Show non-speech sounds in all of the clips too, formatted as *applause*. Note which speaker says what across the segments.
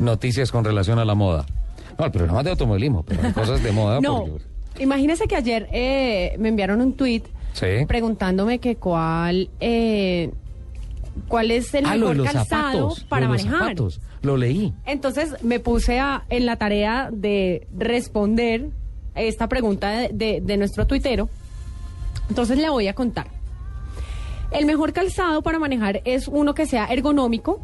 Speaker 1: Noticias con relación a la moda. No, el programa es de automovilismo, pero hay cosas de
Speaker 2: *laughs*
Speaker 1: moda.
Speaker 2: No,
Speaker 1: porque-
Speaker 2: imagínese que ayer eh, me enviaron un tweet
Speaker 1: Sí.
Speaker 2: preguntándome que cuál, eh, cuál es el
Speaker 1: Ah, lo de
Speaker 2: mejor
Speaker 1: los
Speaker 2: calzado
Speaker 1: zapatos.
Speaker 2: para
Speaker 1: lo de los
Speaker 2: manejar.
Speaker 1: zapatos. Lo leí.
Speaker 2: Entonces me puse a, en la tarea de responder esta pregunta de, de- de nuestro tuitero. Entonces le voy a contar. El mejor calzado para manejar es uno que sea ergonómico,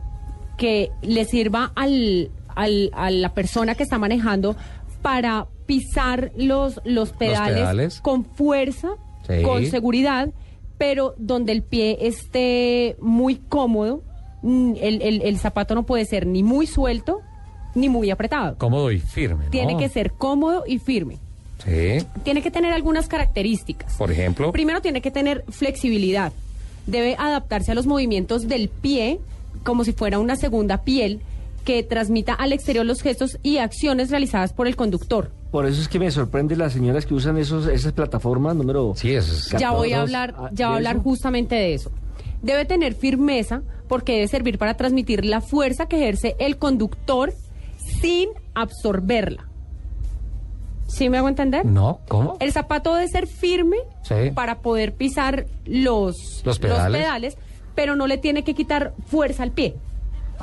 Speaker 2: que le sirva al, al- a la persona que está manejando para pisar los, los, pedales,
Speaker 1: pedales.
Speaker 2: con fuerza,
Speaker 1: Sí.
Speaker 2: con seguridad, pero donde el pie esté muy cómodo. Mm, El, el- el zapato no puede ser ni muy suelto ni muy apretado.
Speaker 1: Cómodo y firme. ¿no?
Speaker 2: Tiene que ser cómodo y firme.
Speaker 1: Sí.
Speaker 2: Tiene que tener algunas características.
Speaker 1: Por ejemplo.
Speaker 2: Primero tiene que tener flexibilidad. Debe adaptarse a los movimientos del pie como si fuera una segunda piel que transmita al exterior los gestos y acciones realizadas por el conductor.
Speaker 3: Por eso es que me sorprende las señoras que usan esos, esas plataformas número.
Speaker 1: Sí, eso es.
Speaker 2: Ya voy a
Speaker 3: Catorce,
Speaker 2: hablar,
Speaker 3: ah,
Speaker 2: ya voy a
Speaker 3: ¿de
Speaker 2: hablar
Speaker 3: eso?
Speaker 2: justamente de eso. Debe tener firmeza porque debe servir para transmitir la fuerza que ejerce el conductor sin absorberla. ¿Sí me hago entender?
Speaker 1: No, ¿cómo?
Speaker 2: El zapato debe ser firme
Speaker 1: Sí.
Speaker 2: para poder pisar los,
Speaker 1: Los pedales.
Speaker 2: pedales, pero no le tiene que quitar fuerza al pie.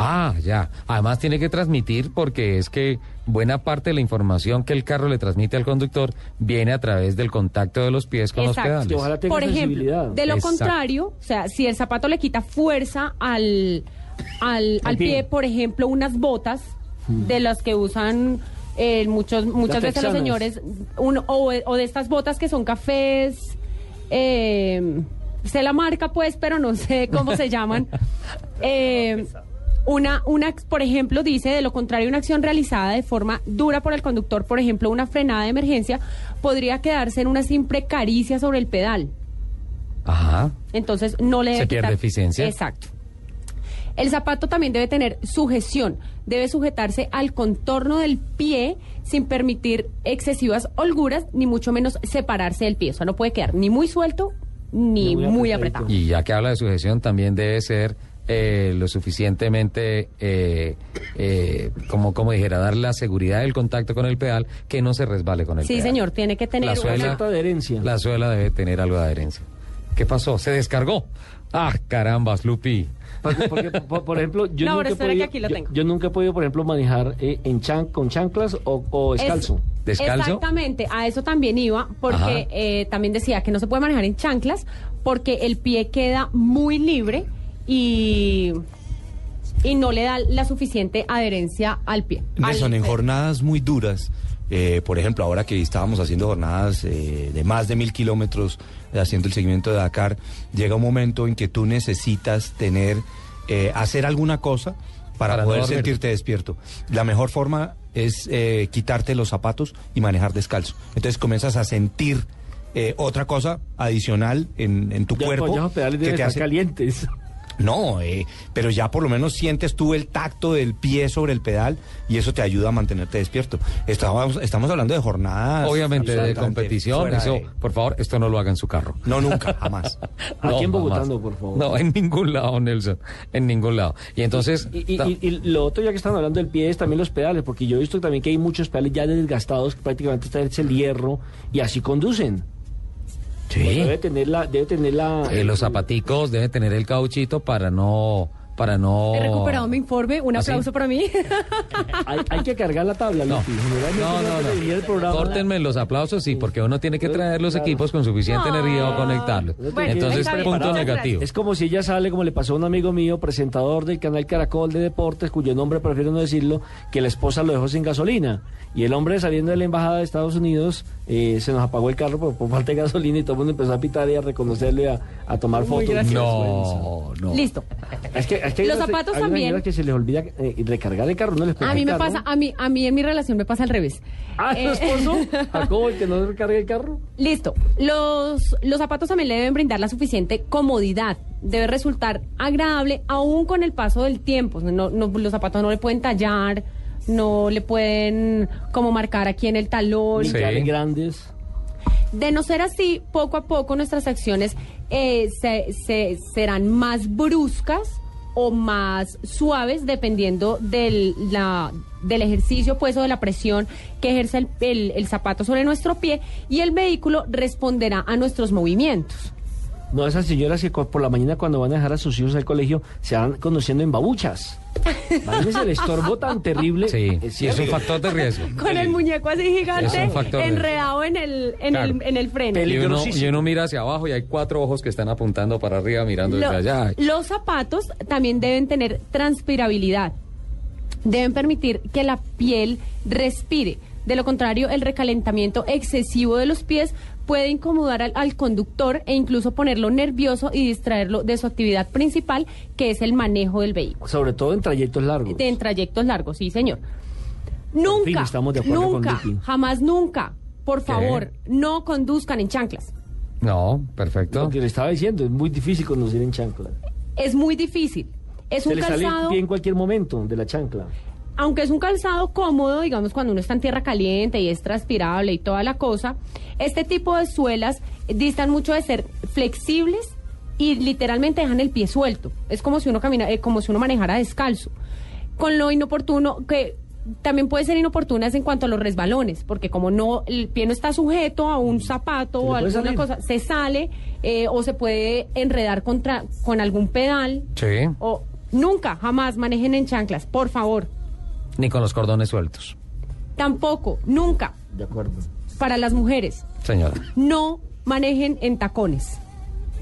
Speaker 1: Ah, ya. Además tiene que transmitir porque es que buena parte de la información que el carro le transmite al conductor viene a través del contacto de los pies con
Speaker 2: Exacto.
Speaker 1: los
Speaker 3: Y
Speaker 1: pedales.
Speaker 3: ojalá tenga
Speaker 2: Por ejemplo,
Speaker 3: sensibilidad.
Speaker 2: de lo
Speaker 1: Exacto.
Speaker 2: contrario, o sea, si el zapato le quita fuerza al, al, al
Speaker 3: Al pie.
Speaker 2: pie, por ejemplo, unas botas de las que usan eh, muchos, muchas
Speaker 3: Las
Speaker 2: veces los
Speaker 3: texanas.
Speaker 2: señores, un- o, o de estas botas que son cafés, eh, sé la marca pues, pero no sé cómo se
Speaker 3: *laughs*
Speaker 2: llaman. Eh, una, una, por ejemplo, dice, de lo contrario, una acción realizada de forma dura por el conductor, por ejemplo, una frenada de emergencia, podría quedarse en una simple caricia sobre el pedal.
Speaker 1: Ajá.
Speaker 2: Entonces no le
Speaker 1: Se
Speaker 2: debe
Speaker 1: pierde
Speaker 2: quitar-
Speaker 1: eficiencia.
Speaker 2: Exacto. El zapato también debe tener sujeción, debe sujetarse al contorno del pie sin permitir excesivas holguras ni mucho menos separarse del pie. O sea, no puede quedar ni muy suelto ni
Speaker 3: Ni
Speaker 2: muy,
Speaker 3: muy
Speaker 2: apretado.
Speaker 3: apretadito.
Speaker 1: Y ya que habla de sujeción, también debe ser eh, lo suficientemente, eh, eh, como, como dijera, dar la seguridad del contacto con el pedal, que no se resbale con el
Speaker 2: Sí,
Speaker 1: pedal.
Speaker 2: señor, tiene que tener
Speaker 1: La suela,
Speaker 3: cierta adherencia.
Speaker 1: la suela debe tener algo de adherencia. ¿Qué pasó? ¿Se descargó? Ah, carambas, Lupi.
Speaker 3: Porque, porque,
Speaker 1: *laughs*
Speaker 3: por, por ejemplo, yo,
Speaker 2: No, pero
Speaker 3: nunca he
Speaker 2: espera que
Speaker 3: podido,
Speaker 2: aquí lo
Speaker 3: yo,
Speaker 2: tengo.
Speaker 3: yo nunca he podido, por ejemplo, manejar eh, en chan, con chanclas o, o
Speaker 2: Es-
Speaker 3: descalzo.
Speaker 1: ¿Descalzo?
Speaker 2: Exactamente, a eso también iba,
Speaker 1: Ajá.
Speaker 2: porque eh, también decía que no se puede manejar en chanclas, porque el pie queda muy libre y, y no le da la suficiente adherencia al pie. al-
Speaker 4: Nelson, en jornadas muy duras, eh, por ejemplo, ahora que estábamos haciendo jornadas eh, de más de mil kilómetros, eh, haciendo el seguimiento de Dakar, llega un momento en que tú necesitas tener, eh, hacer alguna cosa para,
Speaker 1: Para no
Speaker 4: poder
Speaker 1: dormir.
Speaker 4: sentirte despierto. La mejor forma es eh, quitarte los zapatos y manejar descalzo. Entonces comienzas a sentir eh, otra cosa adicional en, en tu
Speaker 3: Ya,
Speaker 4: cuerpo
Speaker 3: pues, ya los pedales
Speaker 4: que
Speaker 3: deben
Speaker 4: te
Speaker 3: estar
Speaker 1: *laughs*
Speaker 4: hace
Speaker 3: calientes.
Speaker 4: no, eh, pero ya por lo menos sientes tú el tacto del pie sobre el pedal y eso te ayuda a mantenerte despierto. Estamos, estamos hablando de jornadas.
Speaker 1: Obviamente de
Speaker 4: absolutamente
Speaker 1: competición,
Speaker 4: Ah, fuera
Speaker 1: eso,
Speaker 4: de-
Speaker 1: por favor, esto no lo haga en su carro.
Speaker 4: No, nunca, jamás.
Speaker 3: Aquí en
Speaker 1: No,
Speaker 3: Bogotá
Speaker 1: jamás.
Speaker 3: no, por favor.
Speaker 1: No, en ningún lado, Nelson. En ningún lado. Y entonces.
Speaker 3: Y, y-
Speaker 1: ta-
Speaker 3: y- y lo otro, ya que están hablando del pie, es también los pedales, porque yo he visto también que hay muchos pedales ya desgastados, que prácticamente está hecho el hierro, y así conducen.
Speaker 1: *laughs*
Speaker 3: Pues
Speaker 1: Sí.
Speaker 3: Debe tener la... Debe tener la
Speaker 1: Eh, los zapaticos deben tener el cauchito para no para no
Speaker 2: He recuperado mi informe, un
Speaker 1: ¿Ah, sí?
Speaker 2: aplauso para mí.
Speaker 3: Hay, hay que cargar la tabla,
Speaker 1: no,
Speaker 3: Lupi. Generalmente
Speaker 1: no,
Speaker 3: uno
Speaker 1: no,
Speaker 3: antes de venir al
Speaker 1: no.
Speaker 3: programa-
Speaker 1: Córtenme los aplausos, sí, porque uno tiene que traer los
Speaker 3: Claro.
Speaker 1: equipos con suficiente
Speaker 2: Ah.
Speaker 1: energía o conectarlos.
Speaker 3: Bueno,
Speaker 1: Entonces,
Speaker 3: está bien,
Speaker 1: punto
Speaker 3: muchas
Speaker 1: negativo.
Speaker 3: Es como si ella sale, como le pasó a un amigo mío, presentador del canal Caracol de Deportes, cuyo nombre prefiero no decirlo, que la esposa lo dejó sin gasolina. Y el hombre saliendo de la embajada de Estados Unidos, eh, se nos apagó el carro por, por falta de gasolina y todo el mundo empezó a pitar y a reconocerlo y a, a tomar fotos.
Speaker 1: No, no.
Speaker 2: *laughs* Listo.
Speaker 3: Es que, es Es que hay
Speaker 2: Los
Speaker 3: unas-
Speaker 2: zapatos
Speaker 3: hay unas
Speaker 2: también.
Speaker 3: señoras que se les olvida eh, recargar el carro, no les
Speaker 2: A
Speaker 3: prende
Speaker 2: mí
Speaker 3: el
Speaker 2: me
Speaker 3: carro.
Speaker 2: pasa, a mí, a mí en mi relación me pasa al revés.
Speaker 3: ¿Ah, su
Speaker 2: Eh, *laughs*
Speaker 3: esposo? ¿A cómo el que no recarga el carro?
Speaker 2: Listo. Los, los zapatos también le deben brindar la suficiente comodidad. Debe resultar agradable aún con el paso del tiempo. No, no- los zapatos no le pueden tallar, no le pueden como marcar aquí en el talón.
Speaker 1: Sí.
Speaker 3: Militares grandes.
Speaker 2: De no ser así, poco a poco nuestras acciones eh, se, se- serán más bruscas o más suaves dependiendo del, la- del ejercicio pues o de la presión que ejerce el, el- el zapato sobre nuestro pie y el vehículo responderá a nuestros movimientos.
Speaker 3: No, esas señoras que cu- por la mañana cuando van a dejar a sus hijos al colegio se van conociendo
Speaker 2: *laughs*
Speaker 3: en babuchas. Imagínense el estorbo tan terrible.
Speaker 1: Sí,
Speaker 3: Es
Speaker 1: y es un
Speaker 3: cierto.
Speaker 1: factor de riesgo.
Speaker 2: Con el muñeco así
Speaker 1: Es
Speaker 2: gigante
Speaker 1: un factor de-
Speaker 2: enredado en el, en
Speaker 1: Claro.
Speaker 2: el, en el freno.
Speaker 1: Y uno,
Speaker 3: Peligrosísimo.
Speaker 1: y uno mira hacia abajo y hay cuatro ojos que están apuntando para arriba mirando
Speaker 2: Lo-
Speaker 1: desde allá.
Speaker 2: Los zapatos también deben tener transpirabilidad. Deben permitir que la piel respire. De lo contrario, el recalentamiento excesivo de los pies puede incomodar al, al conductor e incluso ponerlo nervioso y distraerlo de su actividad principal, que es el manejo del vehículo.
Speaker 3: Sobre todo en trayectos largos.
Speaker 2: De en trayectos largos, sí, señor. Nunca,
Speaker 3: fin estamos de acuerdo con
Speaker 2: nunca,
Speaker 3: Vicky.
Speaker 2: jamás nunca, por favor, no conduzcan en chanclas.
Speaker 1: No,
Speaker 3: Lo
Speaker 1: perfecto.
Speaker 3: que le estaba diciendo, es muy difícil conducir en chancla.
Speaker 2: Es muy difícil. Es
Speaker 3: Se
Speaker 2: un
Speaker 3: le sale
Speaker 2: calzado.
Speaker 3: bien en cualquier momento de la chancla.
Speaker 2: aunque es un calzado cómodo, digamos cuando uno está en tierra caliente y es transpirable y toda la cosa, este tipo de suelas distan mucho de ser flexibles y literalmente dejan el pie suelto. Es como si uno camina, eh, como si uno manejara descalzo. Con lo inoportuno que también puede ser inoportunas en cuanto a los resbalones, porque como no el pie no está sujeto a un zapato
Speaker 3: Mm. Se le
Speaker 2: o
Speaker 3: puede
Speaker 2: alguna
Speaker 3: salir.
Speaker 2: cosa, se sale eh, o se puede enredar contra con algún pedal
Speaker 1: Sí,
Speaker 2: o nunca, jamás manejen en chanclas, por favor.
Speaker 1: ni con los cordones sueltos,
Speaker 2: Tampoco, nunca,
Speaker 3: De acuerdo.
Speaker 2: para las mujeres,
Speaker 1: señora.
Speaker 2: no manejen en tacones.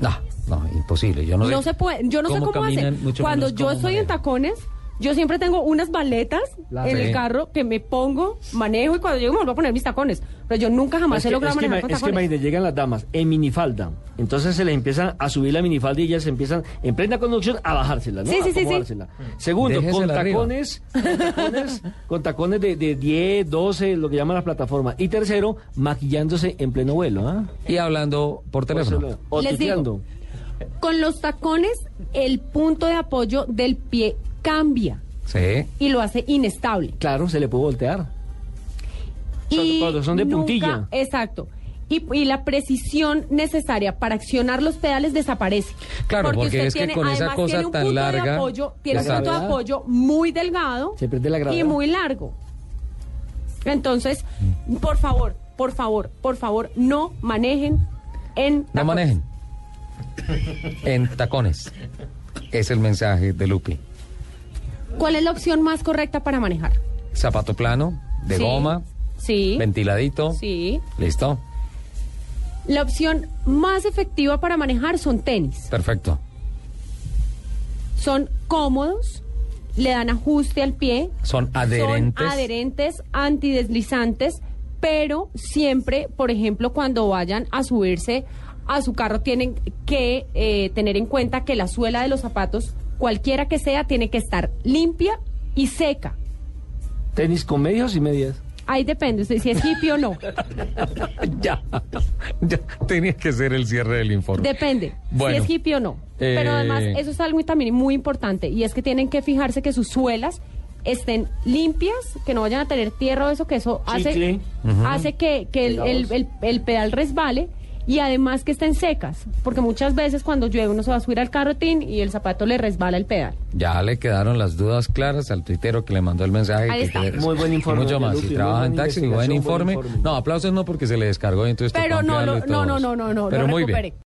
Speaker 1: No, no, imposible. Yo no,
Speaker 2: No,
Speaker 1: sé
Speaker 2: se puede, yo no sé cómo
Speaker 1: caminan,
Speaker 2: hacen.
Speaker 1: mucho
Speaker 2: Cuando
Speaker 1: menos
Speaker 2: yo
Speaker 1: cómo
Speaker 2: estoy en
Speaker 1: manejan.
Speaker 2: tacones, yo siempre tengo unas baletas
Speaker 3: Claro.
Speaker 2: en
Speaker 1: Sí.
Speaker 2: el carro que me pongo, manejo y cuando llego me vuelvo a poner mis tacones. Pero yo nunca jamás
Speaker 3: Es
Speaker 2: he
Speaker 3: que-
Speaker 2: logrado
Speaker 3: es que,
Speaker 2: manejar
Speaker 3: ma-
Speaker 2: con
Speaker 3: es que
Speaker 2: tacones.
Speaker 3: imagínate, llegan las damas en minifalda. Entonces se les empiezan a subir la minifalda y ellas empiezan en plena conducción a bajársela, ¿no?
Speaker 2: Sí,
Speaker 3: A
Speaker 2: sí, sí, sí.
Speaker 3: acomodársela. Segundo, con
Speaker 1: Déjesela arriba.
Speaker 3: tacones, con tacones, con tacones de, de 10, 12, lo que llaman las plataformas. Y tercero, maquillándose en pleno vuelo, ¿ah?
Speaker 1: Y hablando por teléfono.
Speaker 3: O
Speaker 2: Les digo.
Speaker 3: tuiteando.
Speaker 2: Con los tacones, el punto de apoyo del pie cambia
Speaker 1: Sí.
Speaker 2: y lo hace inestable.
Speaker 3: Claro, se le puede voltear. Son- cuando son de puntilla.
Speaker 2: Exacto. Y, y la precisión necesaria para accionar los pedales desaparece.
Speaker 1: Claro, porque
Speaker 2: usted
Speaker 1: es que
Speaker 2: tiene-
Speaker 1: con esa
Speaker 2: además
Speaker 1: cosa
Speaker 2: tiene un
Speaker 1: tan
Speaker 2: punto De
Speaker 1: larga,
Speaker 2: apoyo, tiene un
Speaker 3: exacto.
Speaker 2: punto de apoyo muy delgado
Speaker 3: Se pierde la gravedad.
Speaker 2: y muy largo. Entonces, por favor, por favor, por favor, no manejen en.
Speaker 1: No
Speaker 2: tacones.
Speaker 1: manejen. En tacones. Es el mensaje de Lupi.
Speaker 2: ¿Cuál es la opción más correcta para manejar?
Speaker 1: Zapato plano, de
Speaker 2: Sí,
Speaker 1: goma,
Speaker 2: Sí.
Speaker 1: ventiladito.
Speaker 2: Sí.
Speaker 1: Listo.
Speaker 2: La opción más efectiva para manejar son tenis.
Speaker 1: Perfecto.
Speaker 2: son cómodos, le dan ajuste al pie,
Speaker 1: Son adherentes.
Speaker 2: son adherentes, antideslizantes, pero siempre, por ejemplo, cuando vayan a subirse a su carro tienen que eh, tener en cuenta que la suela de los zapatos, cualquiera que sea, tiene que estar limpia y seca.
Speaker 3: Tenis con medios y medias.
Speaker 2: Ahí depende usted si es hippie
Speaker 1: *laughs*
Speaker 2: o no.
Speaker 1: ya. ya. Tenía que ser el cierre del informe.
Speaker 2: Depende
Speaker 1: Bueno.
Speaker 2: si es hippie o no. Pero
Speaker 1: Eh.
Speaker 2: además, eso es algo también muy importante y es que tienen que fijarse que sus suelas estén limpias, que no vayan a tener tierra o eso, que eso hace,
Speaker 3: Chicle.
Speaker 2: hace que, que el, el- el- el pedal resbale y además que estén secas, porque muchas veces cuando llueve uno se va a subir al carrotín y el zapato le resbala el pedal.
Speaker 1: Ya le quedaron las dudas claras al tuitero que le mandó el mensaje.
Speaker 2: Ahí
Speaker 1: que
Speaker 2: está.
Speaker 1: quiere-
Speaker 3: Muy buen informe,
Speaker 1: Mucho más.
Speaker 3: Lupi,
Speaker 1: Si
Speaker 3: muy
Speaker 1: trabaja
Speaker 3: buena
Speaker 1: en taxi, muy buen
Speaker 3: investigación, buen
Speaker 1: informe.
Speaker 3: informe.
Speaker 1: No, aplausos no porque se le descargó. y Entonces tocó
Speaker 2: Pero no,
Speaker 1: ampliarlo
Speaker 2: lo-
Speaker 1: y todo
Speaker 2: no, no,
Speaker 1: eso.
Speaker 2: no, no, no,
Speaker 1: Pero
Speaker 2: lo
Speaker 1: muy bien.
Speaker 2: recuperé.